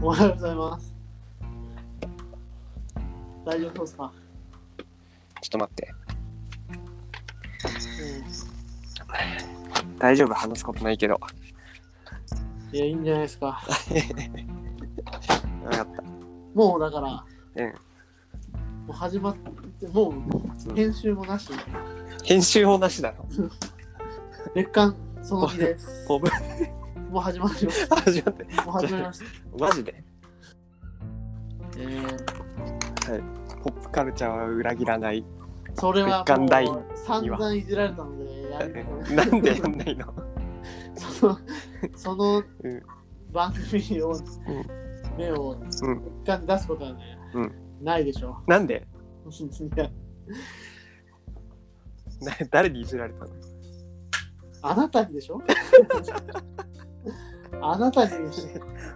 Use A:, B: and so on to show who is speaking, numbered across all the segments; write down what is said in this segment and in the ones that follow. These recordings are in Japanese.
A: おはようございます。大丈夫そうですか、
B: ちょっと待って。
A: う
B: 大丈夫、話すことないけど。
A: ん、いや、いいんじゃないですか。
B: 分かった。
A: もうだから、も
B: うん。
A: う始まって、もう編集もなし、
B: 編集法なしだ ろ。
A: 月間その日です。
B: 飛ぶ。
A: もう始まりまし
B: 始まって。
A: た。もう始まりま した。
B: マジで。
A: えー、
B: ポップカルチャーは裏切らない。
A: それは
B: 月間第
A: もう散々いじられたので、やることい
B: なんでやんないの
A: その、その
B: うん
A: 番組を、目を
B: うん
A: 一旦出すことはね、
B: うん
A: ないでしょ。
B: なんで
A: いや
B: な誰にいじられたの
A: あなたにでしょ あなたに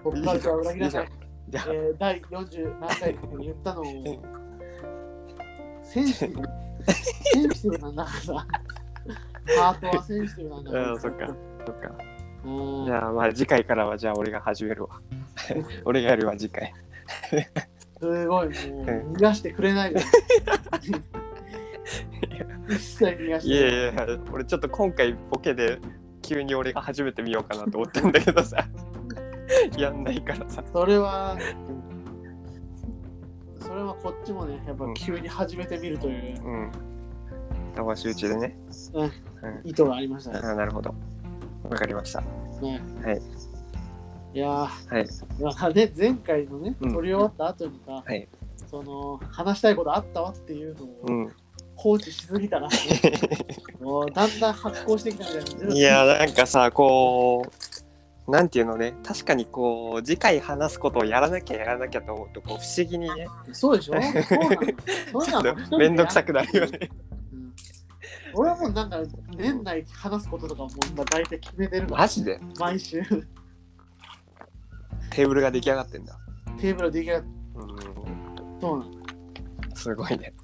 A: ポップカルチャーを裏切らない。
B: じゃあ
A: え、ー、第40何回も言ったのを、センシティブ、センシティブなんだからさ。ハートはセンシティブなんだから
B: うんそっか。そっか。
A: うん
B: じゃあ、まあ次回からは、じゃあ俺が始める わ。俺がやるわ、次回。
A: すごい、もう、
B: ん
A: 逃がしてくれないで。一切逃がし
B: い
A: て
B: やいやいや、俺ちょっと今回ボケで、急に俺が始めてみようかなと思ったんだけどさ。 やんないからさ。
A: それは、それはこっちもね、やっぱ急に始めてみるという
B: うん。騙し打ちでね。
A: 意図がありましたね。
B: あなるほど。わかりました。
A: ね。
B: はい。
A: いやー、
B: はい。
A: まあね、前回のね、
B: うん
A: 撮り終わった後にさ、
B: はい
A: その、話したいことあったわっていうの
B: う
A: を
B: ん。
A: 放置しすぎたら、 もうだんだん発酵してきたみたいな感じで。
B: いやなんかさこうなんていうのね確かにこう次回話すことをやらなきゃやらなきゃと思うとこう不思議にね
A: そう でしょそうなの。そう
B: ちょ
A: な
B: っ
A: の一人でや
B: と面倒くさくなるよね。
A: うん俺はもうなんか、年内話すこととかもう今大体決めてるから、
B: マジで
A: 毎週
B: テーブルが出来上がってんだ。
A: テーブルできる。
B: うん
A: そうなの。
B: すごいね。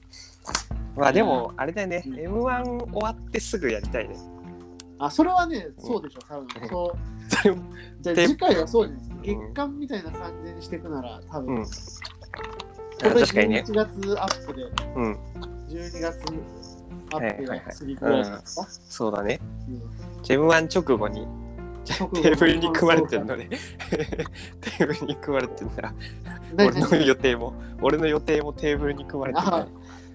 B: まあでもあれだよね M1 終わってすぐやりたいね。
A: あ、それはね、そうでしょ、多分。そう
B: それも
A: じゃあ
B: で
A: 次回はそうじゃないですか。
B: うん
A: 月間みたいな感じにしていくなら、多
B: う
A: 分、
B: ん。あ
A: これ
B: 確かにね。
A: 11月アップで、
B: うん。
A: 12月アップ
B: はい
A: が
B: はいはい
A: 次くらいですか。
B: そうだね。
A: うん
B: ジェム1直後にテーブルに組まれてる。のね。 テーブルに組まれてんだ。
A: 直後
B: 俺の
A: 何
B: 予定も、俺の予定もテーブルに組まれてる
A: あ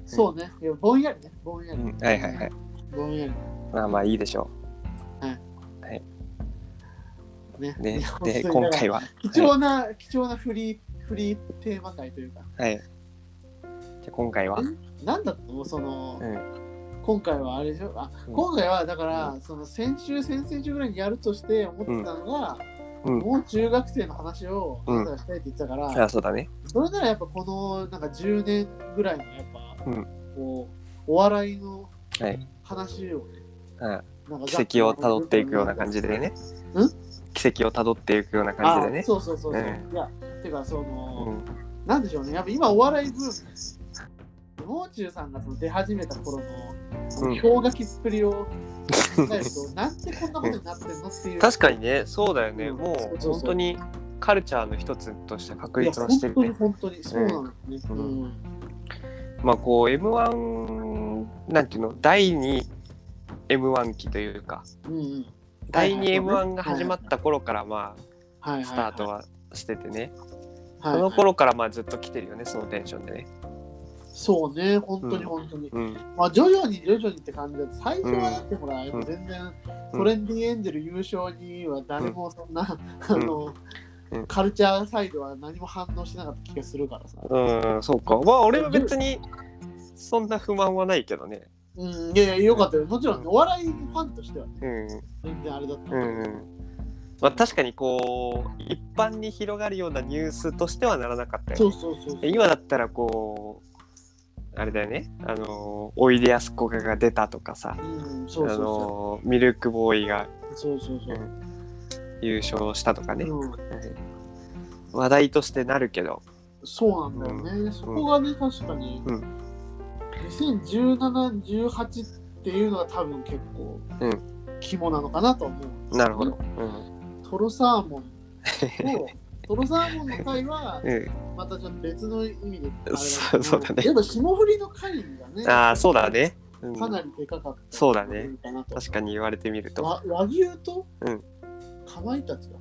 A: そうね。いやぼんやりね。ぼんや
B: う
A: り。
B: ん、はいはいはい。
A: ぼんやり。
B: まあまあいいでしょ
A: ね。
B: う。 で
A: いや、本当
B: で
A: に
B: 今回は。
A: 貴重な、貴重なフリー、フリーテーマ会というか、
B: はい。じゃあ今回は。
A: なんだったのその
B: う、ん。
A: 今回はあれでしょあ、
B: うん
A: 今回はだから、その先週、先々週ぐらいにやるとして思ってたのが、
B: うん
A: もう中学生の話を
B: うん
A: あなたがしたいって言ってたから、
B: あそうだね。
A: それならやっぱこのなんか10年ぐらいのやっぱ、
B: うん
A: こうお笑いの
B: はい
A: 話をね、
B: うん
A: なんかざっ
B: 奇跡を辿っていくような感じでね。
A: うん
B: 奇跡を辿っていくような感じで
A: あ
B: ね。
A: そうそうそうそう、
B: う
A: いやてかその、
B: うん。
A: なんでしょうね、やっぱ今お笑いブーム、もう中さんがその出始めた頃
B: う
A: の氷
B: ん
A: 河期っぷりを考えると、なんでこんなことになってんのっていう。
B: 確かにね、そうだよね。
A: うん
B: もう
A: そうそう
B: 本当にカルチャーの一つとして確
A: いや
B: 立はしてる
A: 本当に
B: ね。
A: 本当に、そうなんですね。
B: う
A: うんん
B: まあこう M1、なんていうの、第2 M1 期というか、
A: うんうん
B: 第
A: はいはい
B: 2 M1 が始まった頃からま
A: はいはいはい
B: あスタートはしててね。
A: はい
B: そ
A: はい
B: の頃からまあずっと来てるよね、そのテンションでね。
A: そうね、本当
B: う
A: に
B: ん
A: 本当に。
B: うん。
A: まあ徐々に徐々にって感じだった最初はだってほら、やっ
B: う
A: ぱ
B: ん
A: 全然トレンディエンジェル優勝には誰もそんな、
B: う
A: あ
B: ん
A: の、
B: うん
A: カルチャーサイドは何も反応しなかった気がするからさ。
B: うん、そうか。まあ、俺は別にそんな不満はないけどね。
A: うん、いやいや、よかったよ。もちろん、お笑いファンとしてはね、
B: うん、
A: 全然あれだった。
B: うん、うん。まあ、確かにこう、一般に広がるようなニュースとしてはならなかった
A: そ
B: よ
A: う
B: ね。
A: そうそうそう。
B: 今だったらこう、あれだよね。あの、おいでやすこがが出たとかさ、
A: うん、そうそうそ
B: あの、ミルクボーイが
A: う。そうそうそう。
B: 優勝したとかね。
A: うん、
B: 話題としてなるけど。
A: そうなんだよね。そこがね、確かに、
B: うん
A: 2017、18っていうのは多分結構、
B: うん
A: 肝なのかなと思う。
B: なるほど。うん。
A: トロサーモンと、トロサーモンの回は、
B: うん。
A: またちょっと別の意味であれだけど。
B: そうそうだね
A: やっぱ霜降りの回がね、
B: ああ、そうだね。うん、
A: かなりでかかった。
B: そうだね。
A: かなと
B: 確かに言われてみると。
A: わ和牛と、
B: うん
A: かまいたちが。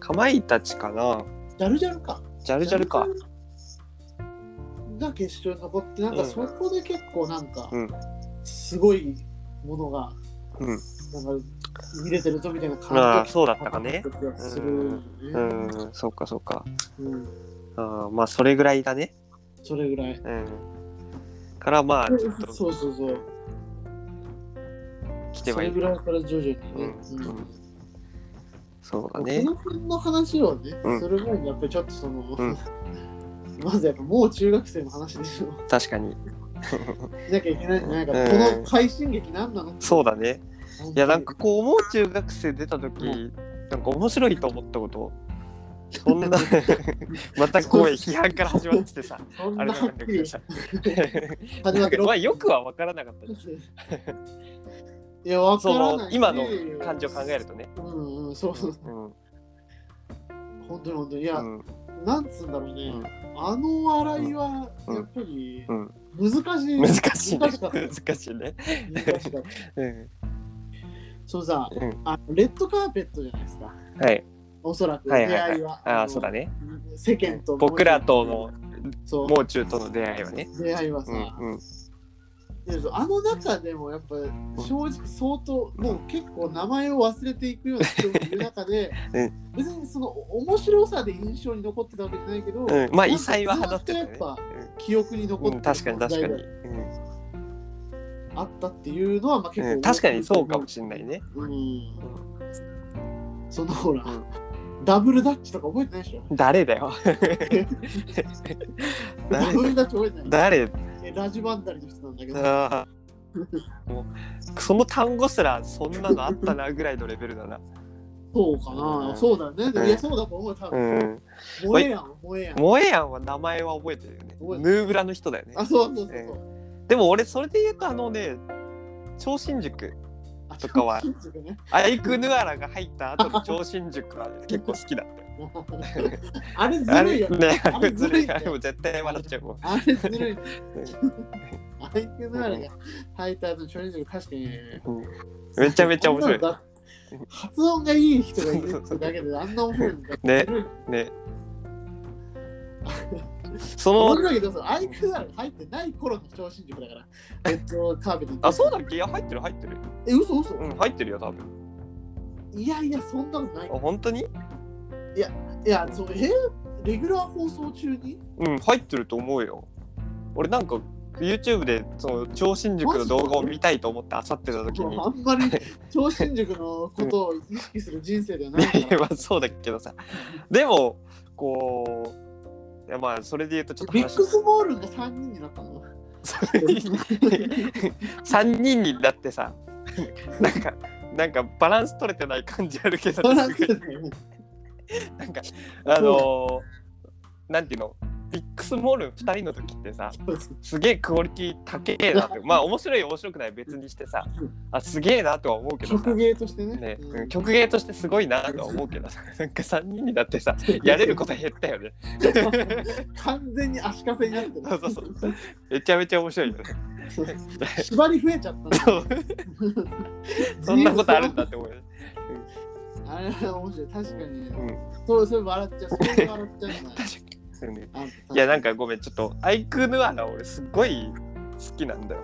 B: かまいたちかな。
A: ジャルジャルか。
B: ジャルジャルか。
A: ジャルジャルが決勝に残って、なんか
B: うん
A: そこで結構なんか、
B: うん
A: すごいものが、
B: うん。
A: なんか見れてるぞみたいな
B: あ
A: 感
B: あ、そうだっ
A: じ
B: たかね。
A: するよね、
B: うん、そうかそうか。
A: うん
B: あーまあ、それぐらいだね。
A: それぐらい。
B: うん。からまあ、ちょっと
A: そうそうそう。
B: 来て
A: そ
B: はい
A: れ
B: る
A: ぐ。らいから徐々にね。
B: うん
A: うん
B: うんそうだ
A: こ
B: ね。
A: の辺の話をね、
B: うん
A: する前にやっぱりちょっとその、
B: うん
A: まずやっぱもう中学生の話でしょ。
B: 確かに。
A: しなきゃいけないんじゃないかな、
B: うん
A: この快進撃何なの
B: そうだね。いや、なんか
A: 本
B: こう、もう中学生出た時、
A: う
B: なんか面白いと思ったこと。そんな、またこう、批判から始まっててさ、
A: 当にそん
B: あ
A: な
B: れ
A: は
B: な
A: っ
B: ん
A: き
B: だけど
A: り
B: さ。
A: 始ま
B: な
A: っ
B: んか
A: て
B: まあ、よくは分からなかったです。
A: いや、わか
B: そ
A: らな
B: の
A: いし
B: 今の感情を考えるとね。
A: うんうん、そうそう、
B: うん
A: 本当に本当に。いや、
B: うん
A: なんつうんだろうね、
B: うん
A: あの笑いは
B: うん
A: やっぱり
B: うん
A: 難しい。
B: 難しいね
A: 難しかった。。
B: 難しいね。
A: 難しかった
B: うん
A: そうさ、
B: うん
A: あのレッドカーペットじゃないですか。
B: はい。
A: おそらく出
B: はい
A: 会い
B: はい
A: は。
B: はい。ああ、
A: の
B: そうだね。
A: 世間と
B: 僕らとの、
A: そう
B: もう中との出会いはね。
A: 出会いはさ、
B: うんうん。
A: でもあの中でもやっぱ正直相当もう結構名前を忘れていくような人もいる中で
B: う
A: 別にその面白さで印象に残ってたわけじゃないけど、
B: うん、まあ異彩は
A: なん
B: 放
A: か
B: って
A: ず
B: た
A: っとや
B: よね
A: っ。ぱ記憶に残っ
B: う
A: て
B: ん、
A: た
B: 確かに確かに、
A: あったっていうのはまあ結
B: う
A: 構、
B: ん、確かにそうかもしれないね。
A: うんそのほら、ダブルダッチとか覚えてないでしょ
B: 誰だよ
A: ダブルダッチ覚えてない
B: 誰
A: えラジバンダリの人なんだけど
B: あーもうその単語すらそんなのあったなぐらいのレベルだな。
A: そうかな、
B: うん
A: そうだね、
B: うん
A: いやそうだと思う多
B: う
A: 分、
B: ん。
A: 萌えやん萌えやん
B: 萌えやんは名前は覚えてるよね。
A: 覚えてる
B: ヌーブラの人だよね。
A: あそうそうそうそう、
B: でも俺それで言うとあのね、超新塾、
A: あ
B: とかは
A: 新宿ね
B: アイクヌアラが入った後の超新塾はね、結構好きだったよ。
A: あれず
B: あ
A: る
B: れ
A: いよね。
B: ね、あ
A: あ
B: れ
A: れ
B: ず
A: ず
B: る
A: る
B: い
A: い
B: あれも絶対笑っちゃうもん。
A: あれずる い。アイクならが入った後の初日塾確かに、
B: うんめちゃめちゃ面白い。
A: だ発音がいい人がいるってだけであんな面白いんだ。
B: ね
A: ずるい。
B: ね。そ
A: 面
B: の、
A: 白いけど、そのアイクならが入ってない頃の超新塾だから。えっと、カーペット。
B: あ、そうだっけいや、入ってる、入ってる。
A: え、嘘嘘、
B: うん、入ってるよ、多分。
A: いやいや、そんなことない
B: あ、。本当に
A: いや、そう、えレギュラー放送中に
B: うん、入ってると思うよ。俺なんか、YouTube で、その、超新塾の動画を見たいと思って、あさってた時に。
A: あんまり超新塾のことを意識する人生ではない
B: い
A: か
B: や、
A: ら。
B: まあ、そうだけどさ。でも、こう、いや、まあ、それで言うと、ちょっと
A: ビッ
B: 話
A: グスモールが3人になったの。
B: 3人になってさ、なんか、なんかバランス取れてない感じあるけど、
A: そうなんですよね
B: なんか、あのー、なんていうの、ビックスモール2人の時ってさ、すげえクオリティ高えなって、まあ面白い、面白くない別にしてさ
A: うん、
B: あすげえなとは思うけどさ
A: 曲。芸としてね。
B: ね
A: うん
B: うん曲芸としてすごいなとは思うけどさなんか3人になってさやれること減ったよね
A: 完全に足かせになってる。
B: そうそうそうめちゃめちゃ面白いよね
A: 縛り増えちゃったね。
B: そう そんなことあるんだって思うよね
A: あれは面白い。確かに。
B: うん
A: そう、それ笑っちゃう。それ笑っちゃうんだ
B: 確かにそうね
A: あんた
B: いやなんかごめんちょっとアイクヌアナ俺すごい好きなんだよ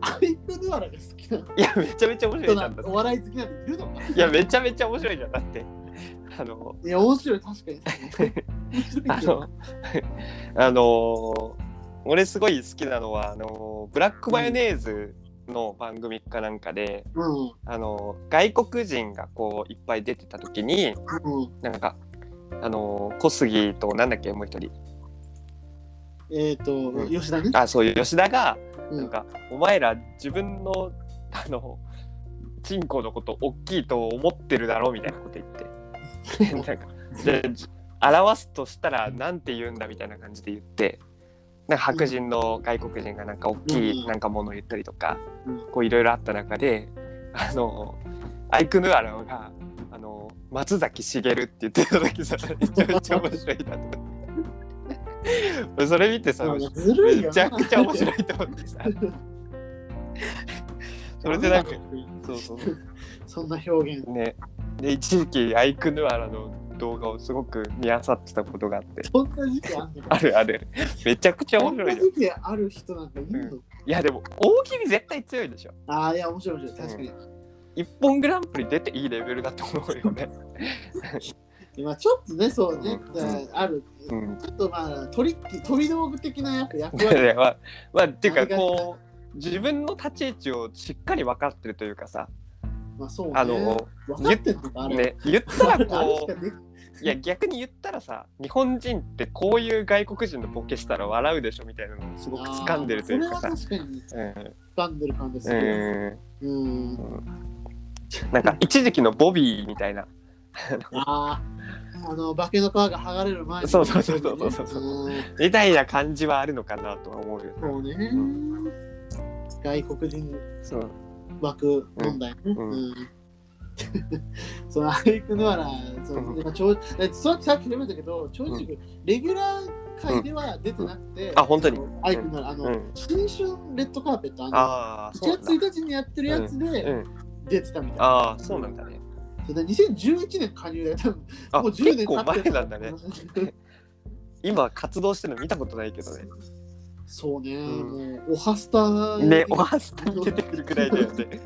A: アイクドアラが好きなの
B: いやめちゃめちゃ面白いじゃんだって
A: お笑い好きなんているのか
B: いやめちゃめちゃ面白いじゃんだってあの
A: いや、面白い、確かに。面白い
B: あ
A: けど
B: の、あの俺すごい好きなのは、あのブラックマヨネーズの番組かなんかで、
A: うん
B: あの外国人がこういっぱい出てた時に、
A: うん。
B: なんか、あの小杉と、なんだっけ、もう一人、
A: えっと
B: うん、
A: 吉田ね。
B: あ、そういう吉田が、
A: うん
B: なんか、お前ら自分の、あの、チンコのこと大きいと思ってるだろみたいなこと言っ て、なんか、で表すとしたらなんて言うんだみたいな感じで言ってなんか白人の外国人がなんか大き
A: う
B: い
A: ん
B: なんかものを言ったりとか
A: うん
B: こういろいろあった中であのアイクヌアラがあの松崎しげるって言ってた 時さめちゃめちゃ面白いなと思ってそれ見てさ
A: なんかずるいよ
B: めちゃくちゃ面白いと思ってさそれでなんかそうそう
A: そんな表現
B: ねで一時期アイクヌアラの動画をすごく見あさってたことがあって
A: そんな時期あんの
B: あるあるめちゃくちゃ
A: そん
B: 面白
A: ない
B: よ
A: 時期ある人なんかいるの、
B: いやでも大喜利絶対強いでしょ
A: ああいや面白い面白い確かに、
B: 一本グランプリ出ていいレベルだと思うよね
A: 今ちょっとねそうね、
B: うん
A: ある
B: うん
A: ちょっとまあトリッキー飛び道具的な役役割
B: でまあまあっていうかこう自分の立ち位置をしっかり分かってるというかさ
A: まあそうね
B: あの
A: 分かってんのかあれ、
B: ね言ったら
A: あれし
B: こ
A: か
B: う
A: ね
B: いや逆に言ったらさ日本人ってこういう外国人のボケしたら笑うでしょみたいなのをすごく掴んでるというかさ
A: あーそれは確かに
B: うん
A: 掴んでる感じでする
B: う
A: うん
B: んなんか一時期のボビーみたいな
A: あああの化けの皮が剥がれる前に
B: そうそうそうそうそうそうんみたいな感じはあるのかなとは思うよ
A: そうね
B: う
A: 外国人
B: そう
A: 枠問題ね、
B: うん
A: うん そのアイクノアラそう
B: うん
A: 今超えそうさっき言ったけど長寿レギュラー界では出てなくて、
B: んあ本当に
A: そのアイクノアラあの、
B: うん
A: 新春レッドカーペットあの
B: ああそう
A: 1月
B: なんだ
A: 1日にやってるやつ
B: う
A: で
B: ん
A: 出てたみたいな。
B: ああそうなんだね
A: それで2011年加入で多分
B: あ
A: もう10
B: 結
A: 年
B: 構
A: 経
B: 前
A: ってる
B: なんだね今活動してるの見たことないけどね
A: そうね、
B: うん
A: もうオハスタ
B: ねおはスタに出てくるくらいだよね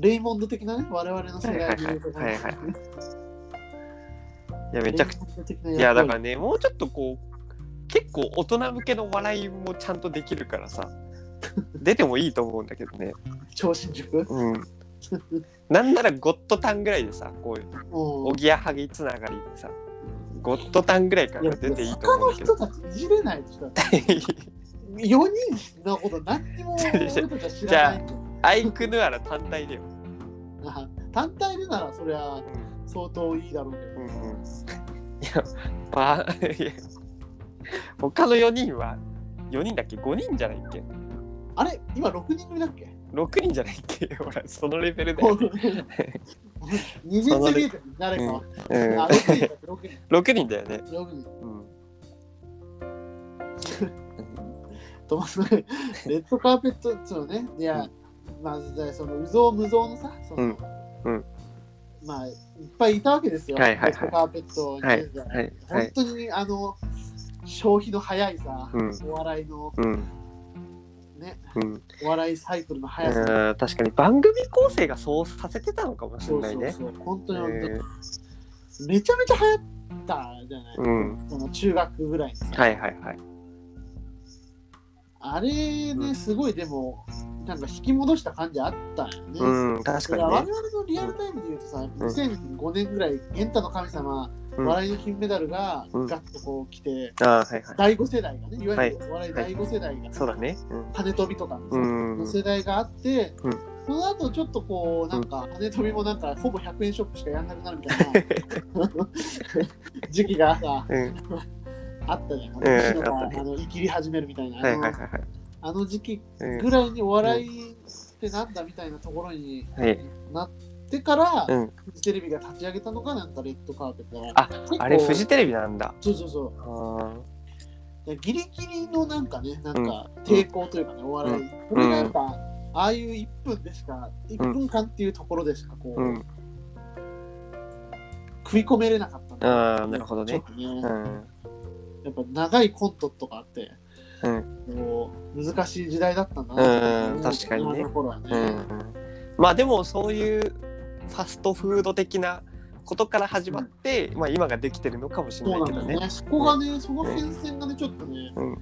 A: レイモンド的なね我々の世代で言うと
B: はいはいはいはいいやめちゃくち
A: ゃ
B: ゃいやだからねもうちょっとこう結構大人向けの笑いもちゃんとできるから さ出てもいいと思うんだけどね
A: 超新塾
B: うんなんならゴッドタンぐらいでさこういう
A: も
B: おぎやはぎつながりでさゴッドタンぐらいか
A: ういや
B: ら出ていいと
A: 他
B: 思う
A: の
B: んだけど
A: 人たちいじれないでしょ4人のこと何にも俺たちは知らないんだよ
B: アイクヌアラ単体だよ、
A: あ単体でならそりゃ
B: うん
A: 相当いいだろうけど
B: うんうんいや、ば、いや他の4人は、4人だっけ ?5 人じゃないっけ
A: あれ今6人組だっけ
B: ?6 人じゃないっけほら、そのレベルで。
A: もう
B: う
A: ね二人で見えてる誰かは、
B: ん
A: あ、6人だ6人
B: 6人だよね。
A: 6人
B: うん。
A: トマスレッドカーペットっつうのね、いや、まあ、じゃあその、うぞうむぞうのさ、その、
B: うんうん
A: まあ、いっぱいいたわけですよ、
B: はいはいはい
A: レッドカーペットに
B: は
A: 出
B: い
A: てた、
B: はい。は
A: 本
B: い。
A: 当に、あの、消費の早いさ、
B: うん
A: お笑いの、
B: うん。
A: ね、
B: うん。
A: お笑いサイクルの
B: う
A: 速さ。
B: ん確かに番組構成がそうさせてたのかもし
A: そ
B: れ
A: う
B: な
A: そ
B: いうね。
A: そう、本当に本当に
B: えー
A: めちゃめちゃ流行ったじゃない、
B: うん
A: その中学ぐらいにさ、
B: はいはいはい。
A: あれ
B: う
A: ね、
B: ん
A: すごいでも、なんか引き戻した感じあったよね。
B: うん、確
A: いや
B: か
A: 我
B: にね。
A: 々のリアルタイムで言うとさ、2005年ぐらい、エンタの神様、
B: うん
A: 笑いの金メダルが
B: うん
A: ガッとこう来て、
B: ああ、はいはい。
A: 第5世代がね、いわゆる笑い
B: はい
A: 第5世代が、
B: そうだね。
A: 跳ね飛びとか
B: う
A: の
B: ん。うん。
A: 世代があって、
B: うん
A: その後ちょっとこう、なんか跳ね飛びもなんか、ほぼ100円ショップしかやんなくなるみたい な時期がさ、
B: うん。
A: あったじゃん。
B: え
A: 私
B: え
A: のが
B: あったね
A: あの生きり始めるみたいな、
B: はいはいは
A: あ
B: い
A: の
B: はい。
A: あの時期
B: う
A: ぐらいにお笑いってなんだみたいなところに
B: ん。はい。
A: なってから、
B: うん。
A: フジテレビが立ち上げたのがなんかレッドカーペットだ
B: あ
A: 結構
B: あれ、フジテレビなんだ。
A: そうそうそう
B: あー
A: でギリギリのなんかねなんか抵抗というかね、お笑い、これがやっぱ、ああいう1分でしか1分間っていうところでしかこう、
B: うん。
A: 食い込めれなかったんだ
B: ああ、なるほど
A: ちょっ
B: ね。
A: とね、
B: う
A: や
B: ん。
A: っぱ長いコントとかあって、
B: うん。
A: もう難しい時代だったんだな
B: うん確かにね
A: 今の頃はね、
B: うん。まあでもそういうファストフード的なことから始まって、まあ今ができてるのかもし
A: そ
B: れな
A: う
B: い
A: な
B: け
A: んだ
B: ど
A: よ
B: ね
A: ね。。そこがね、その変遷がね、ちょっとね、
B: うん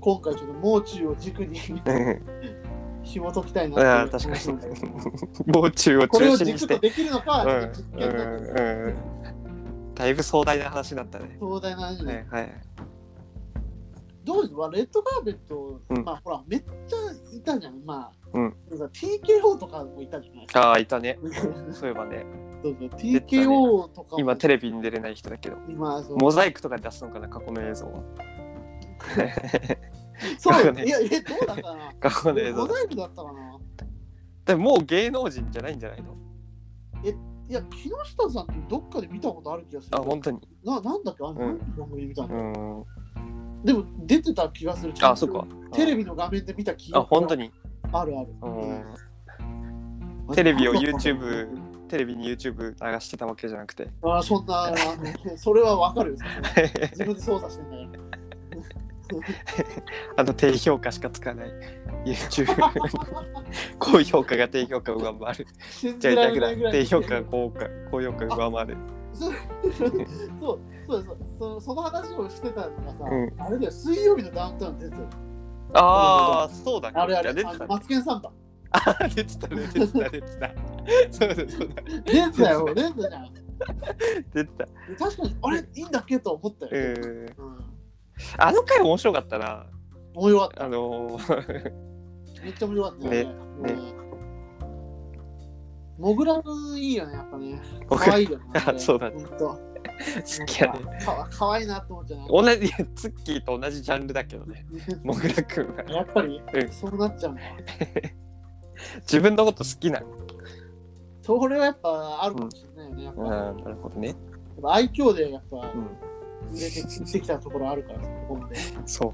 A: 今回ちょっともう中を軸に
B: うん
A: 紐解きたいな
B: あ
A: っ
B: あ、
A: て
B: 確か
A: 思ったんだけど
B: に。もう中を
A: これを
B: 中心にし
A: 軸と
B: て。
A: できるのか
B: う
A: は
B: ん
A: ちょっ と実験だけど、
B: うんうん。だいぶ壮大な話だったね。
A: 壮大な話で、
B: はいはい。
A: どうですかレッドカーペット、
B: うん
A: まあほらめっちゃいたじゃんまあ、
B: うん
A: なんか TKO とかもいたじゃない
B: ああ、いた ね。そういえばね、
A: そうそう TKO とかも
B: 今テレビに出れない人だけど、
A: 今そう
B: モザイクとかで出すのかな、過去の映像 は。
A: そうよ
B: ね
A: いやえどうだった かな
B: 過去の映
A: モ
B: 像。
A: ザイクだったかな
B: でももう芸能人じゃないんじゃないの
A: いや、木下さんってどっかで見たことある気がする。
B: あ、本当に。
A: ななんだっけあれ、
B: うん
A: なんて番組で見た
B: う
A: の、
B: ん。
A: でも出てた気がする。
B: あ、そっか。
A: テレビの画面で見た気
B: あ、
A: が
B: 本当に。
A: あるある。
B: うん。
A: うん
B: テレビを YouTube。テレビに YouTube 流してたわけじゃなくて。
A: ああ、そんな、あのそれはわかるよ。自分で操作してんだよ。
B: あの低評価しかつかない YouTube 高評価が低評価を上回る
A: 信
B: じゃ
A: じら
B: あ
A: れない
B: 逆
A: ぐら
B: だ
A: い。
B: 低評価が高価高評価上回る
A: そうそうそうそうそその話をしてたのがさ、
B: うん
A: あれだよ水曜日のダウンタウン出てる
B: ああそうだ
A: あれあれ
B: いや出
A: あ
B: てた
A: の
B: ね
A: マツケンサンバ
B: あ 出てたね出てた出てたそうだそうだ
A: 出てたよ出てたじゃん
B: 出てた
A: で確かにあれいいんだっけと思った
B: う
A: よ、
B: ん
A: うん、
B: あの回面白かったな
A: 面白かっ
B: あのー
A: ためっちゃ面白かったよね
B: ね
A: ねモグラムいいよねやっぱね
B: 僕
A: 可愛いよね
B: あ そうだ
A: ねと
B: 好きやね
A: かわ可愛いなと思っちゃうな
B: 同じいやツッキーと同じジャンルだけどねもぐらくんは
A: やっぱり、
B: うん
A: そうなっちゃうんだ
B: 自分のこと好きなの
A: それはやっぱあるかもしれないよね、やっぱ
B: うんなるほどね
A: やっぱ愛嬌でやっぱ
B: うん
A: 入れて切ってきたところあるから、ここまで。
B: そう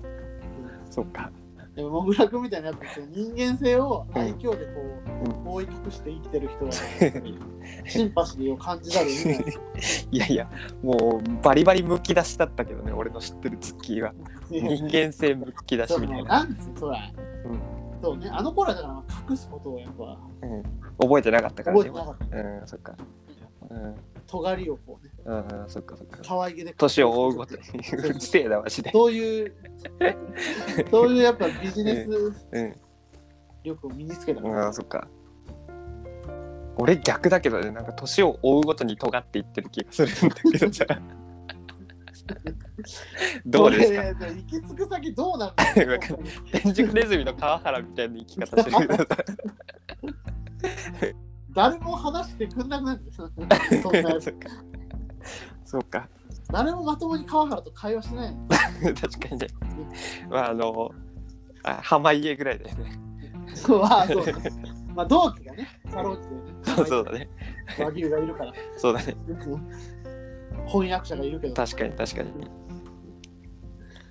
B: そうか
A: でも、もぐらくんみたいなやっぱこう人間性を愛嬌でこう、
B: う
A: 覆い隠して生きてる 人は、やっぱりシンパシーを感じざるを得ない
B: いやいやもうバリバリむき出しだったけどね俺の知ってるツッキーは。人間性むき出 し
A: そう
B: みたいな
A: なんですよ、そら。
B: うん
A: そうね、あの頃はだから隠すことをやっぱ
B: 覚えてなかったから
A: 覚え
B: ね
A: てなかった。
B: うんそっかうん
A: 尖りをこうね、
B: うんうんそっかそっか
A: 可愛げで。
B: 年を追うごとに うるせえなマジで
A: そう いう、そういうやっぱビジネス
B: うん
A: 力を身につけたから。
B: うんそっか俺逆だけどねなんか年を追うごとに尖っていってる気がするんだけ どさどうですか
A: これ行き着く先どうなるの
B: わかん天竺ネズミの川原みたいな生き方してるけどさ
A: 誰も話してくんなくなるんですよ。そんなやつ
B: そっか そうか
A: 誰もまともに川原と会話してないの。
B: 確かにね。まああの、あ濱家ぐらいだよね。
A: そう、あそうだねまあ、同期がね、サローチでね、
B: そうそうだね。
A: 和牛がいるから、
B: そうだね。
A: 翻訳者がいるけど、
B: 確かに確かに。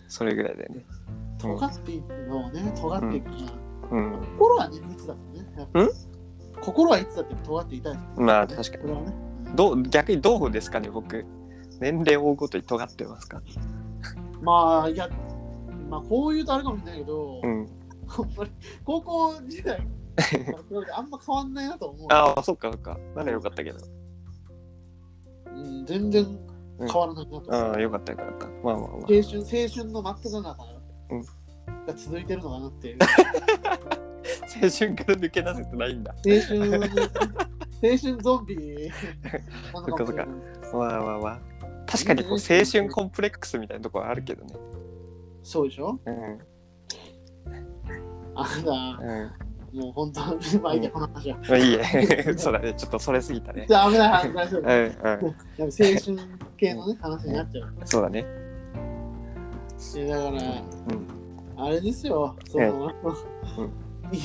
B: それぐらいだよね。
A: 尖っていくのをね、尖っていくから、
B: うん。
A: 心はね、いつだってね、やっぱ
B: ん
A: 心はいつだって尖っていたいですね、
B: まあ確かに
A: これはね、
B: どう逆にどうですかね、僕。年齢を追うごとに尖ってますか。
A: まあ、いや、まあ、こう言うとあれかもしれないけど、
B: うん。
A: ほんまに高校時代からあんま変わんないなと思う。
B: ああ、そっかそっか。ならよかったけど。
A: うん、全然変わらないなと思う。
B: ああ、よかったよかった。まあまあまあ。
A: 青春青春の真っ只中
B: うん
A: が続いてるのかなっていう。
B: 青春から抜け出せてないんだ。
A: 青春青春ゾンビなのもしれない
B: わあわあわあ。確かにこう青春コンプレックスみたいなところあるけどね。
A: そうでしょ
B: うん。
A: あなた
B: うん。
A: もう本当まあいいやこの話は。
B: まあいい え。そうだね。ちょっとそれすぎたね。
A: じゃあ危ない話大丈夫
B: うんうん。
A: でも青春系のね話になっちゃう。
B: そうだね。
A: いやだから、
B: うん
A: あれですよ。その、
B: う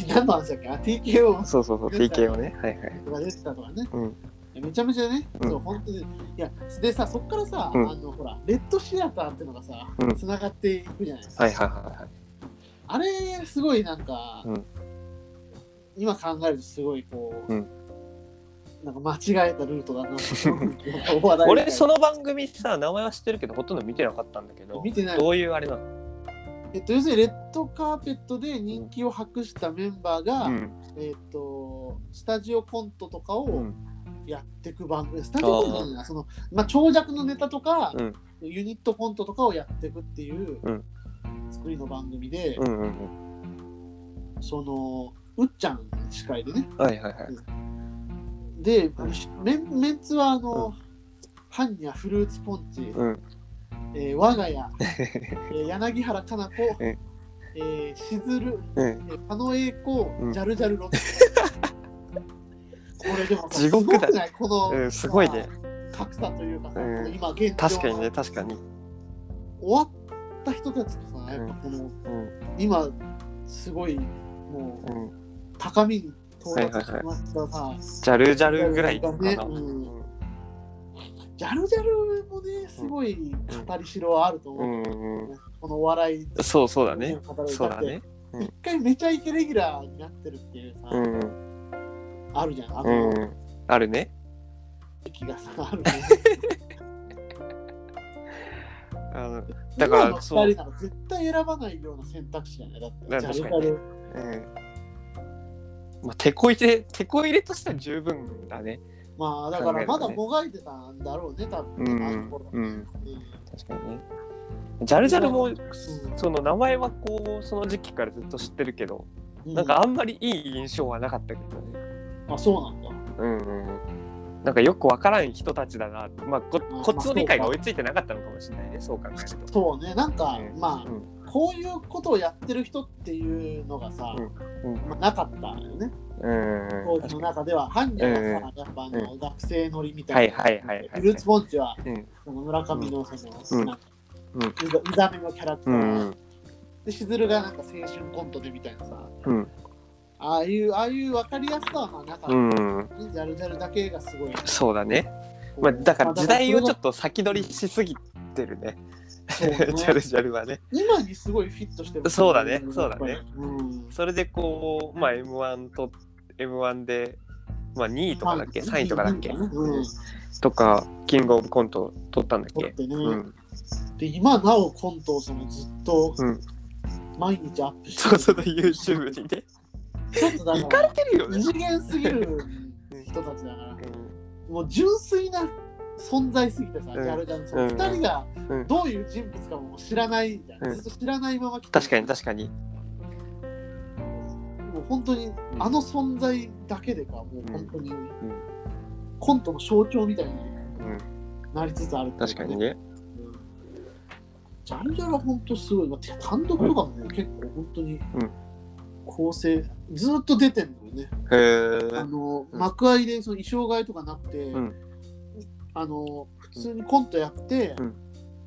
A: 何の話だっけあ ?TKO
B: そうそうそう、
A: 出
B: TK
A: た
B: をね。はいはい。
A: が出てたとかね。
B: うん
A: めちゃめちゃね、
B: うん
A: そう本当に。いや、でさ、そっからさ、
B: うん
A: あのほら、レッドシアターってのがさ
B: うん、
A: つながっていくじゃないですか。
B: はいはいは
A: あれ、すごいなんか、
B: うん
A: 今考えるとすごいこう、
B: うん
A: なんか間違えたルートだなと思う
B: いはい。俺、そ
A: の
B: の番組さ、名前は知ってるけど、ほとんど見てなかったんだけど、
A: 見てない
B: どういうあれなの
A: えっと、要するにレッドカーペットで人気を博したメンバーが、
B: ん。
A: えっと、スタジオコントとかを
B: ん。
A: やっていく番組、スタジオコントじゃないなその、まあ、長尺のネタとか、
B: うん
A: ユニットコントとかをやっていくっていう
B: うん
A: 作りの番組で、
B: うんうん。
A: そのうっちゃん司会でね
B: はいはいはい。
A: で、あのしメンメンツはあの、ハンニャフルーツポンチ、
B: うん。
A: えー、我 が家、えー柳原かな子、
B: うん
A: えー、しずる、
B: うん。
A: えー狩野英
B: う
A: 孝、
B: ん
A: ジャルジャルロ ック。これでもさ
B: 地獄だ
A: すごくないこの、
B: うんすごいね。
A: さ格差というかさ、
B: うん
A: この今現状
B: 確かにね、確かに。
A: 終わった人たちとさ、やっぱこの、
B: うん。
A: 今すごいもう
B: うん。
A: 高みに到達しましたさ。
B: ジャルジャルぐらいか
A: ね
B: な。
A: うんジャルジャルもね、すごい語りしろはあると
B: う
A: 思う。
B: んうん。
A: このお笑い
B: そうそうだね。
A: 語る
B: そうだね。
A: 一回めちゃイケレギュラーになってるっていうさ、
B: うん
A: あるじゃん。あ
B: う
A: の
B: ん。あるね。
A: 気がさ、あるね。
B: あの だから
A: 今の
B: そう
A: 二人なんか絶対選ばないような選択肢じゃないだって。
B: ね
A: ジャルジ
B: 確
A: ャ
B: かに
A: ル。
B: うん。まあ、手こ入れ、手こ入れとしては十分だね。
A: まあだからまだ
B: 考えるとね
A: もがいてたんだろうね、多分。
B: うん
A: あの頃
B: うん。
A: うん
B: 確かにね。ジャルジャルも、
A: ん
B: その名前はこう、その時期からずっと知ってるけど、なんかあんまりいい印象はなかったけどね。
A: うんあ、そうなんだ。
B: うんうん。なんかよくわからん人たちだな。まあ、こ
A: うん
B: こっちの理解が追いついてなかったのかもしれないね、そう考えると。
A: そうね、なんか、
B: うん
A: まあ、
B: うん
A: こういうことをやってる人っていうのがさ、まあ、なかったよね、
B: うん
A: 当時の中では。犯人はさ、やっぱあの、学生乗りみたいな。
B: はいはいはいはいはい
A: フルーツポンチは、
B: うん
A: その村上のその、
B: うん
A: なんか
B: う
A: うんざうざめのキャラクタ
B: う
A: ー、
B: ん
A: で、しずるがなんか青春コントでみたいなさ、
B: うん
A: ああいう、ああいう分かりやすさはまあなかった。
B: うん
A: ジャルジャルだけがすごい。
B: そうだね、
A: こう
B: まあ、だから時代をちょ
A: ま
B: っと先取りしすぎてるね
A: あ
B: ジ
A: だからそれがそ
B: ャ
A: う
B: ル
A: ね
B: ジャルはね
A: 今にすごいフィットしてる。
B: そうだねそうだね
A: やっぱり。うん
B: それでこうまあ m 1と m 1で、まあ、2位とかだっけ、
A: まあ
B: 3位とかだっけ、
A: うんうん
B: とかキングオブコント取ったんだっ
A: 取
B: け
A: ってね、
B: うん、
A: で今なおコントをそのずっと
B: うん、
A: 毎日アップして
B: そう
A: る
B: そう YouTube にね
A: ちょっとだ
B: 行
A: か
B: かられてるよ
A: 二
B: ね、
A: 次元すぎる人たちだからもう純粋な存在すぎてさ、
B: うん
A: ギャルジャンそ
B: うん
A: の二人が
B: うん
A: どういう人物かも知らないじゃん、
B: うん
A: ずっと知らないまま来て
B: 確かに確かに
A: もう本当にあの存在だけでかもう本当に
B: ん
A: コントの象徴みたいに
B: うん
A: なりつつあるっていう
B: 確かにね
A: うんジャルジャルは本当すごい。まあてか単独とかもね、結構本当に
B: ん
A: 構成、ずーっと出てんのよね。
B: へえ
A: あの、
B: うん
A: 幕開でその衣装替えとかなくて、
B: ん
A: あの、普通にコントやって、
B: うん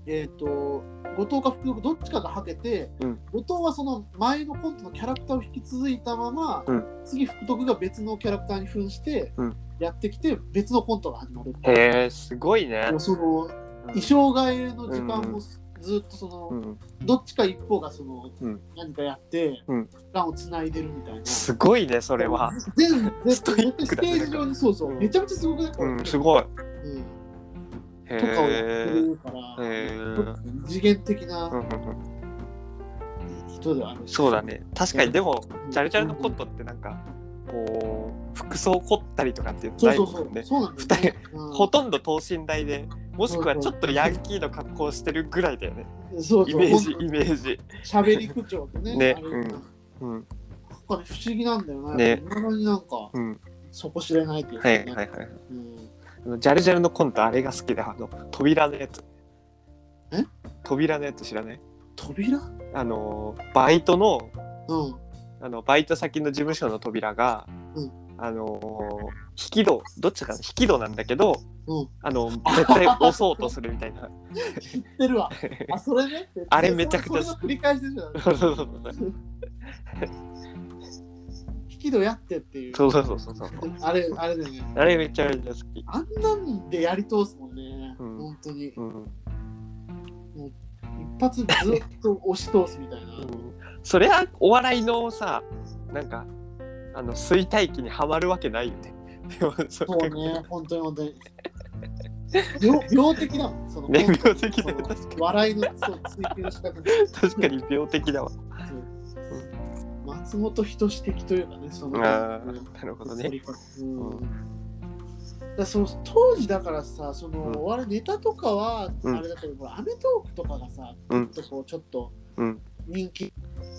A: えっ、と、後藤か福岡どっちかがはけて、
B: うん
A: 後藤はその前のコントのキャラクターを引き続いたまま、
B: うん
A: 次福徳が別のキャラクターに扮して、
B: うん
A: やってきて別のコントが始まるっていう
B: へえすごいね
A: もうその衣装替えの時間もずっとその、
B: うん
A: どっちか一方がその、
B: うん
A: 何かやって、
B: うん
A: 時間をつないでるみたいな。
B: すごいねそれは。
A: 全部、全部
B: ストイック
A: ス
B: だ
A: テ
B: ね
A: ージ上にそうそう、
B: うん
A: めちゃめちゃすごくなかった、
B: う
A: うん
B: んすごい。へ
A: とかをやって
B: え。
A: るから、
B: へー
A: ちょっと二次元的
B: うんう
A: なん
B: うん
A: 人ではあるし
B: そうだ。ね確かにでも
A: うん
B: ジャルジャルのコントってなんかこう服装凝ったりとかっていうの
A: そう
B: ない
A: そうそ
B: も
A: う。
B: んね
A: そうなんだよね、うん
B: ほとんど等身大でもしくはちょっとヤンキーの格好をしてるぐらいだよね
A: そう
B: イ
A: そう
B: メージ
A: ほんと
B: イメージ
A: 喋り口調とね。
B: ね
A: あれなんか
B: うん
A: ね不思議なんだよな。
B: ね
A: なのになんか、
B: うん
A: そこ知れないっていうか
B: は
A: ね
B: いはいはい
A: うん
B: あのジャルジャルのコントあれが好きだあの扉のやつ
A: え
B: 扉のやつ知らない
A: 扉うん。
B: あのバイトのあのバイト先の事務所の扉が、
A: うん
B: あのー引き戸どっちかな引き戸なんだけど、
A: うん
B: あの絶対押そうとするみたいな
A: 知ってるわ。あ、それね。
B: あれめちゃくちゃ
A: それの繰り返しでしょ。
B: そうそうそう
A: 引き戸やってっていう。
B: そうそうそうそう
A: あれ、あれだよね。
B: あれめちゃめちゃ好き、
A: あんなんでやり通すもんね。
B: うん
A: 本当に。
B: うんうん、
A: 一発ずっと押し通すみたいな。
B: それはお笑いのさなんかあの衰退期にはまるわけないよねでもそ
A: そうね、本当に本当に。病病的だもん、その。
B: ね病的だよ
A: その
B: 確かに
A: 笑いのそう追求したくな
B: 確かに病的だわ
A: そう松本人志的というかね、その。
B: あ
A: うん
B: ーなるほどね
A: 取り方うん
B: うん
A: だからその当時だからさ、その、
B: うん
A: お笑いネタとかは、
B: うん
A: あれだけど、ほらアメトークとかがさ、
B: うん
A: ちょっとこうちょっと
B: うん
A: 人気、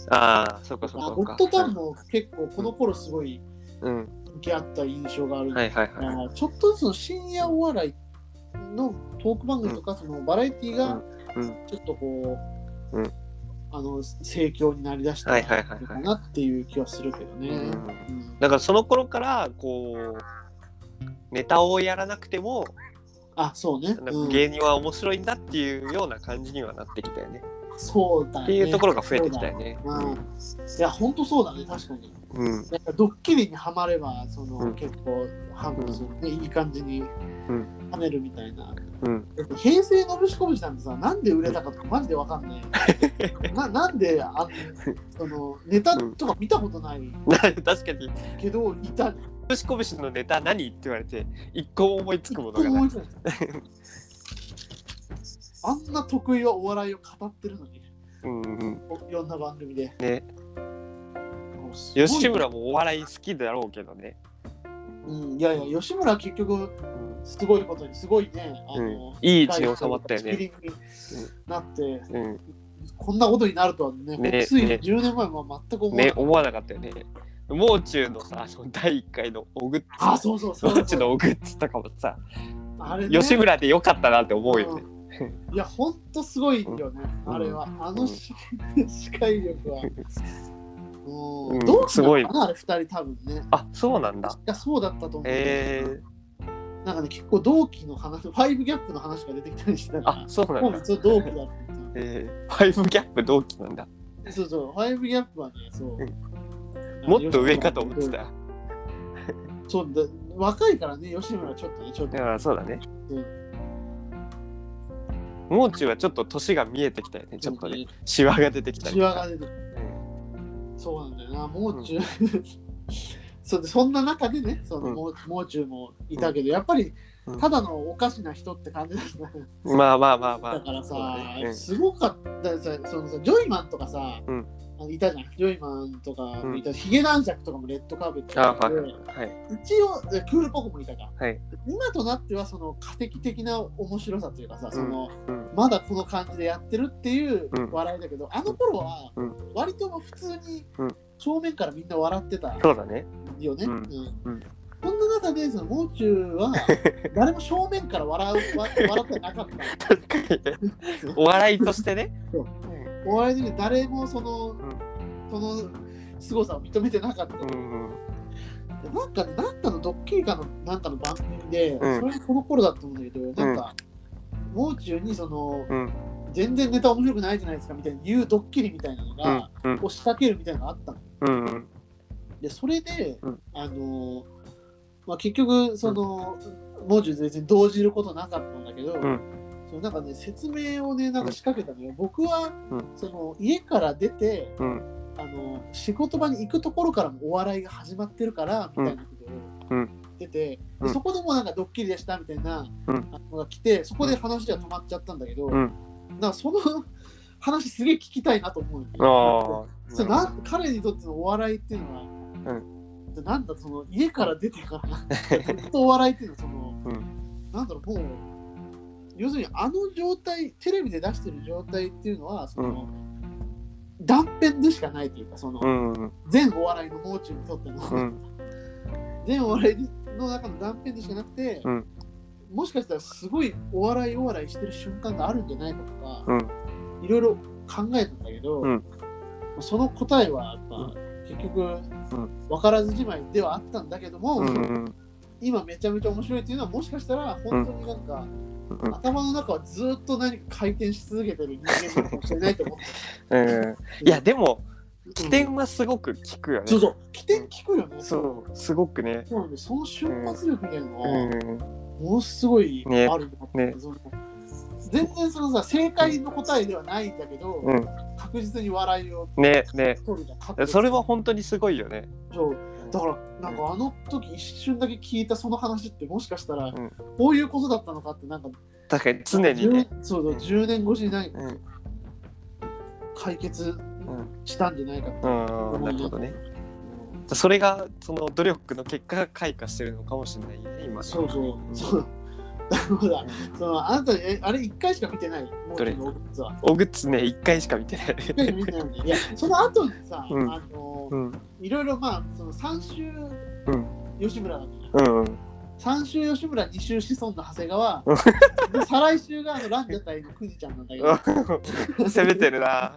B: ああそっかそっ
A: あ
B: か
A: ゴ
B: そ
A: ッ
B: っ
A: ド
B: か
A: タウンも結構この頃すごい
B: うん
A: 人気あった印象がある、
B: はいはいはい
A: あーちょっとずつの深夜お笑いのトーク番組とか、そのバラエティーが
B: うんうん
A: ちょっとこう、
B: うん
A: あの盛況になりだした
B: は
A: の
B: いはいはいはい
A: かなっていう気はするけどね。
B: うん
A: うん
B: だからその頃からこうネタをやらなくても
A: あそうね。
B: なん
A: う
B: か
A: ん
B: 芸人は面白いんだっていうような感じにはなってきたよね。
A: そうだね。
B: っていうところが増えてきたよね。
A: うん、いや、ほんとそうだね、確かに。
B: うん。
A: なんかドッキリにはまれば、その、
B: うん
A: 結構、ハングスね、いい感じに
B: ん
A: 跳ねるみたいな。
B: うん。
A: 平成のぶしこぶしなんてさ、なんで売れたかとかマジでわかんない。ななんであそのネタとか見たことない
B: 確かに、
A: けど、いたね。
B: ぶしこぶしのネタ何って言われて、一個も思いつ
A: 一
B: く
A: 個
B: も
A: も
B: のがない。
A: 覚えてないあんな得意はお笑いを語ってるのに、
B: うんうん。
A: おいろんな番組で。
B: ね、
A: もうすごいね
B: 吉村もお笑い好きだろうけどね。
A: うん、いやいや、吉村は結局、
B: うん
A: すごいことに、すごいね、あ
B: うん
A: の、
B: いい位置に収まったよ
A: スピ
B: ね。
A: リングになって、
B: うん。
A: こんなことになるとはね、
B: ね
A: こうつい
B: ね
A: 10年前は全く思わな
B: ね
A: い。、
B: 思わなかったよね。もう中のさ、その第1回のおぐっつ。
A: あ、そうそうそう
B: も
A: そう
B: 中のおぐっつとかもさ、
A: あれね
B: 吉村でよかったなって思うよね。
A: うんいや、ほんとすごいよね、
B: うん
A: あれは。あのし 視界力は。も
B: うん
A: うどうす
B: すごい
A: るかな、あれ2人多分ね。
B: あ、そうなんだ
A: い。や、そうだったと思う。
B: えー、
A: なんかね、結構同期の話、ファイブギャップの話が出てきたりしてた
B: あ
A: か、
B: そう
A: ら、
B: な
A: も
B: ん
A: う
B: だ。
A: ずっと同期だったっていう
B: えー、ファイブギャップ同期なんだ。
A: そうそう、ファイブギャップはね、そう。
B: もっと上かと思ってた。。
A: そうだ、若いからね、吉村はちょっとね、ちょっと
B: だ。からそうだね。
A: うん
B: もう中はちょっと年が見えてきたよね。ちょっとね、。シワが出てきたり
A: シ
B: と
A: ワ
B: か。
A: が出てくる。そうなんだよな、もう中。そうでそんな中でね、その
B: うん
A: もうもう中もいたけど、やっぱり
B: うん
A: ただのおかしな人って感じだった
B: うんまあまあまあまあ。
A: だからさ、
B: そうだね
A: すごかったよさそのさ、ジョイマンとかさ、
B: うん
A: あのいたじゃん、ジョイマンとかもいたし、ヒゲ男爵とかもレッドカーペットと
B: あ、
A: か
B: はい
A: で、
B: はい。
A: 一応えクールポコもいたか、
B: はい
A: 今となってはその化石的な面白さというかさ、その
B: うん
A: まだこの感じでやってるっていう
B: うん
A: 笑いだけど、あの頃は
B: うん
A: 割と普通に
B: うん
A: 正面からみんな笑ってた
B: そうだね。
A: よね。
B: うん
A: う
B: うん
A: んそんな中でそのもう中 は誰も正面から笑うわ笑ってなかった。
B: 確かにね。お笑いとしてね。
A: そう
B: う
A: お笑いで誰もその、
B: ん
A: その凄さを認めてなかった。
B: ん。
A: でなんか、なんかのドッキリかの、なんかの番組で、
B: うん
A: それこの頃だったんだけど、なんか、もう中にその、
B: うん
A: 全然ネタ面白くないじゃないですかみたいに言うドッキリみたいなの
B: う
A: が
B: ん、。うん。
A: 押しかけるみたいなのがあったの。
B: うん。うん。
A: で、それで、
B: うん
A: あの、まあ、結局、その、もう中全然動じることなかったんだけど、
B: ん
A: そのなんかね、説明をね、なんか仕掛けたのよ。僕は、
B: うん
A: その、家から出て、
B: うん。
A: あの仕事場に行くところからもお笑いが始まってるからみたいなこと
B: う
A: を
B: ん
A: 言ってて、
B: うん
A: でそこでもなんかドッキリでしたみたいな
B: うん
A: のが来てそこで話が止まっちゃったんだけど、
B: うん
A: なんかその 話すげえ聞きたいなと思う
B: あ
A: よ
B: あ。
A: そうなん彼にとってのお笑いっていうのは、でなんだその家から出てから ずっとお笑いっていうのはその、
B: う
A: なんだろうもう要するにあの状態テレビで出してる状態っていうのはその、断片でしかないというかその、
B: うん。うん。
A: 全お笑いの道中にとっての、
B: うん。
A: 全お笑いの中の断片でしかなくて、
B: うん
A: もしかしたらすごいお笑いお笑いしてる瞬間があるんじゃないかとか、
B: うん。
A: いろいろ考えたんだけど、
B: うん
A: その答えはやっぱ、
B: うん
A: 結局分からずじまいではあったんだけども、
B: うん。うん。
A: 今めちゃめちゃ面白いっていうのはもしかしたら本当になんか、
B: うん。
A: 頭の中はずっと何か回転し続けてる人間なのかもしれないと思って
B: うんいやでも 起点はすごく効くよね。
A: そうそう起点聞くよね、
B: そうすごくね。
A: そうなんでその瞬発力みたいなのは、
B: うん
A: ものすごい
B: ね
A: あるなって、
B: ね
A: その全然そのさ正解の答えではないんだけど、
B: うん
A: 確実に笑いを
B: ねね
A: 取るじゃん勝って
B: それは本当にすごいよね。
A: そうだからなんかあの時一瞬だけ聞いたその話ってもしかしたら、
B: ん
A: こういうことだったのかってなんか
B: 確かに常にね。
A: 10そうそう
B: うん
A: 10年越しに何か
B: うん
A: 解決
B: うん
A: したんじゃないかって、
B: うんなるほどね。それがその努力の結果が開花してるのかもしれないね今ね。
A: そうそうそうだからそのあなたえあれ1回しか見てないもう
B: どれ
A: その実は
B: おぐつね一回しか見てない。
A: 一回しか見てないんだよいやその後にさ、
B: うん
A: あの
B: うん
A: いろいろまあその3週
B: うん
A: 吉村だったじゃん
B: うん
A: 3週吉村2週子孫の長谷川
B: うん
A: で再来週があのランジャタイのくじちゃんなんだけど
B: うん攻め てるな。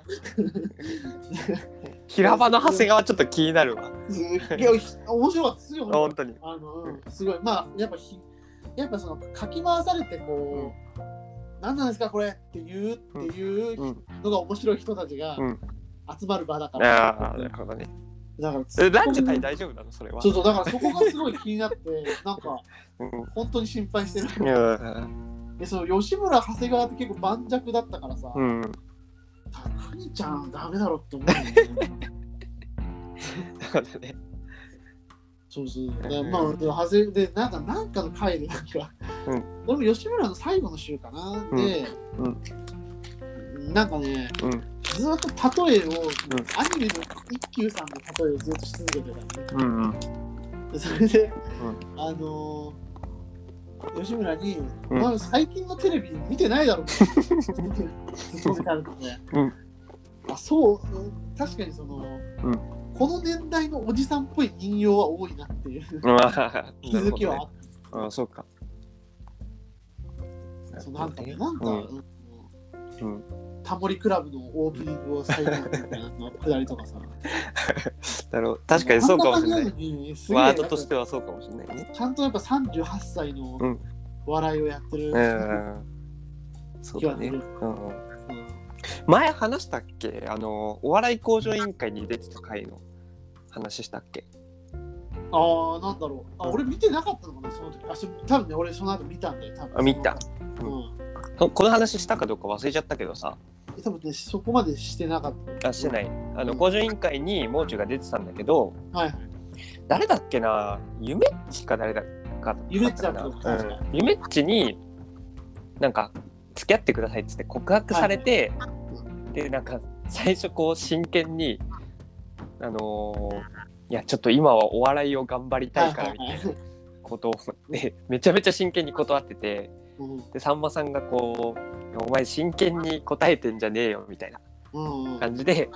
B: 平場の長谷川ちょっと気になるわ。
A: すっげえ面白かったですよ
B: 本当に。
A: あの、うんすごいまあやっぱひやっぱそのかき回されてこう、何なんですかこれって言うっていう
B: うん、
A: のが面白い人たちが
B: うん
A: 集まる場だから、
B: ああなるほどね
A: だから
B: えランジャタイ大丈夫なのそれは
A: そうそうだからそこがすごい気になってなんか
B: うん
A: 本当に心配 してる
B: うん
A: でそう吉村長谷川って結構盤石だったからさ、
B: うん
A: 谷ちゃんダメだろって思うよね
B: そうだね
A: そうそうでまあでも外れでなんかなんかの回でなんか、
B: う
A: 俺も吉村の最後の週かな、
B: うん
A: で、
B: う
A: なんかね、
B: うん
A: ずーっと例えを、ア
B: ん
A: ニメの一休さんの例えをずっとし続けてたのね
B: うんうん
A: でそれで、あのー吉村に、
B: うん
A: お前最近のテレビ見てないだろうって突っ込みたるんね、
B: うん
A: あそううん確かにその、
B: ん
A: この年代のおじさんっぽい人形は多いなっていう
B: まあ
A: 気づきはあっ
B: ああそうか
A: た、
B: なる
A: そ
B: ほどね
A: のなんかなんか、
B: うん
A: う
B: うん
A: んタモリクラブのオープニングを最後にみたいなのくだりとかさ
B: だろう 確かにそうかもしれな
A: あん
B: い
A: 感じのにすげえ
B: ワードとしてはそうかもしれないね
A: ちゃんとやっぱ38歳の
B: うん
A: 笑いをやってる、
B: うんそうだね
A: 今
B: うん
A: うん
B: 前話したっけあのお笑い向上委員会に出てた回の話したっけ
A: ああ、なんだろう。あ、
B: うん
A: 俺見てなかったのかな、その時。あ、そ多分ね、俺その後見たんだよ、多分。
B: あ見た
A: その。うん。
B: ここの話したかどうか忘れちゃったけどさ
A: え多分ね、そこまでしてなかっ
B: あしてないあの
A: うん
B: 向上委員会にもう中が出てたんだけど
A: た。はいはい。
B: 誰だっけなゆめっちか誰だか
A: ゆめっちだ
B: だ
A: っ
B: な、
A: た
B: う
A: の
B: ん
A: か確か、
B: ゆめっちになんか付き合ってくださいっつって告白されて、でなんか最初こう真剣にあのーいやちょっと今はお笑いを頑張りたいからみたいな
A: はいはいはい。
B: ことをでめちゃめちゃ真剣に断ってて
A: うん
B: でさんまさんがこう「お前真剣に答えてんじゃねえよ」みたいな
A: うんうん。
B: 感じで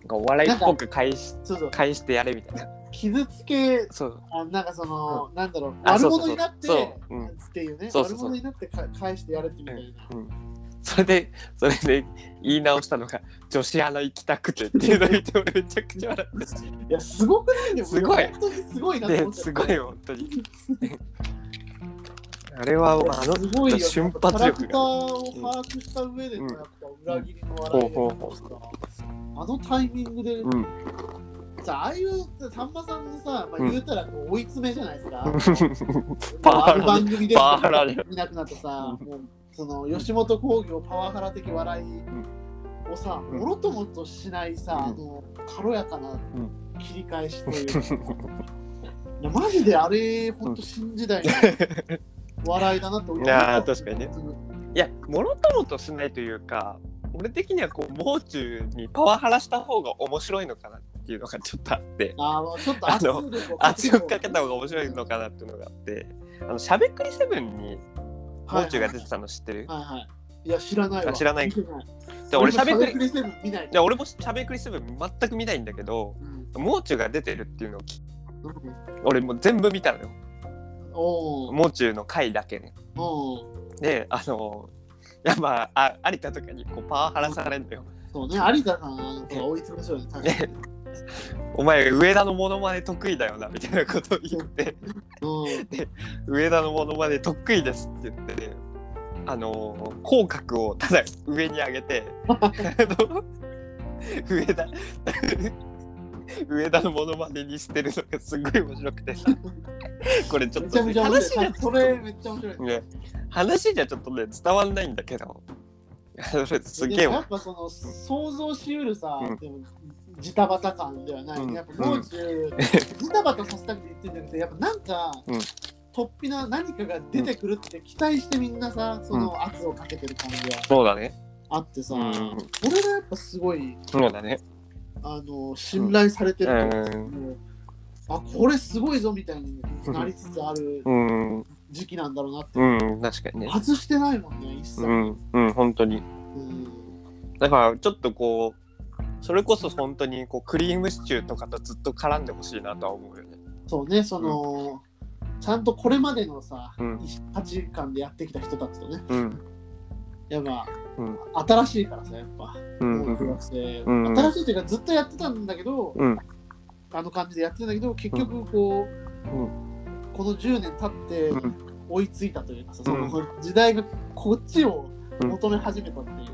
B: なんかお笑いっぽく返し
A: そうそう。
B: 返してやれみたいな
A: 傷つけ、
B: そう
A: あなんかその、なんだろう、
B: あ
A: 悪
B: そうそう
A: 者
B: そう
A: になって、
B: そううん
A: っていうね、
B: そうそうそ
A: 悪
B: う
A: 者になってか返してやれってみたいな。
B: それでそれで言い直したのが「女子アナ行きたくて」っていうのを言って俺めちゃくちゃ笑っ
A: いや、すごくないでも、
B: すごい
A: 本当にすごいなと
B: て
A: 思って。
B: すごいよ本当に あれはまああの
A: すごいよ。
B: 瞬発
A: キャラクタ
B: 力
A: ー
B: が
A: を把握した上での
B: うん
A: やっぱ裏切りの笑い
B: ほう
A: で
B: ほう
A: あのタイミングで
B: うん
A: さああいうさんまさんのさ、まあ、
B: うん
A: 言うたらこう追い詰めじゃないですか、
B: パワハ
A: あ
B: ラ
A: る番組で
B: パワハラで
A: 見なくなったさ、もうその吉本興業パワハラ的笑いをさ、
B: うん
A: もろともとしないさ、
B: うん
A: あの軽やかな
B: うん
A: 切り返しというか、 いやマジであれほんと新時代の 笑いだなって思っ
B: いやー確かにねいやもろともとしないというか俺的にはこうもう中にパワハラした方が面白いのかなっていうのがちょっとあって
A: あのちょっと圧力を
B: 圧力かけた方が面白いのかなっていうのがあってあのしゃべくりセブンにもう中が出てたの知ってる、
A: はいはい。いや、知らないわ。
B: あ知らない
A: 見てない
B: で俺しゃべくり
A: しゃべセブン見ない。
B: で俺もしゃべくりセブン全く見ないんだけど
A: うん
B: もう中が出てるっていうのを聞
A: うん
B: 俺もう全部見たのよ
A: おー
B: もう中の回だけね
A: おー
B: であのいやまああ有田とかにこうパワハラされるのよ
A: そうね、有田さんの子が追い詰めそうだね、確か
B: でお前上田のモノマネ得意だよなみたいなことを言って
A: に。うん
B: 上田のものまで得意ですって言って、ね、あのー口角をただ上に上げて あの上田上田のものまでにしてるのがすごい面白くてさこれちょっ
A: めちゃ
B: と、
A: め
B: ね、
A: ちゃ面
B: 話じ
A: 白
B: ゃ
A: い。それめっちゃ面白い。
B: ね話じゃちょっとね伝わんないんだけどそれすげえ
A: でもや
B: わ
A: っぱその想像しうるさ、
B: うん
A: でもジタバタ感ではない、
B: うん
A: やっぱもう中、ジタバタさせたくて言ってんじゃなくてやっぱなんか、
B: うん
A: 突飛な何かが出てくるって期待してみんなさその圧をかけてる感じが
B: そうだね
A: あってさ、
B: うん
A: これがやっぱすごい
B: そうだね
A: あの信頼されてると
B: う
A: いうかもうあこれすごいぞみたいになりつつある
B: うんう
A: 時期なんだろうなって、
B: ん確かにね
A: 外してないもんね一切、
B: うんうん本当に
A: うん
B: だからちょっとこうそれこそ本当にこうクリームシチューとかとずっと絡んでほしいなとは思うよね。
A: そうねその、ちゃんとこれまでのさ、
B: うん
A: 価値観でやってきた人たちとね
B: うん
A: やっぱ、
B: うん
A: 新しいからさやっぱ、
B: う
A: もう中
B: ん
A: 学生
B: うん
A: 新しいっていうかずっとやってたんだけど、
B: うん
A: あの感じでやってたんだけど結局こう、
B: う
A: この10年経って
B: うん
A: 追いついたというかさ、
B: うん
A: その時代がこっちを
B: うん
A: 求め始めたっていう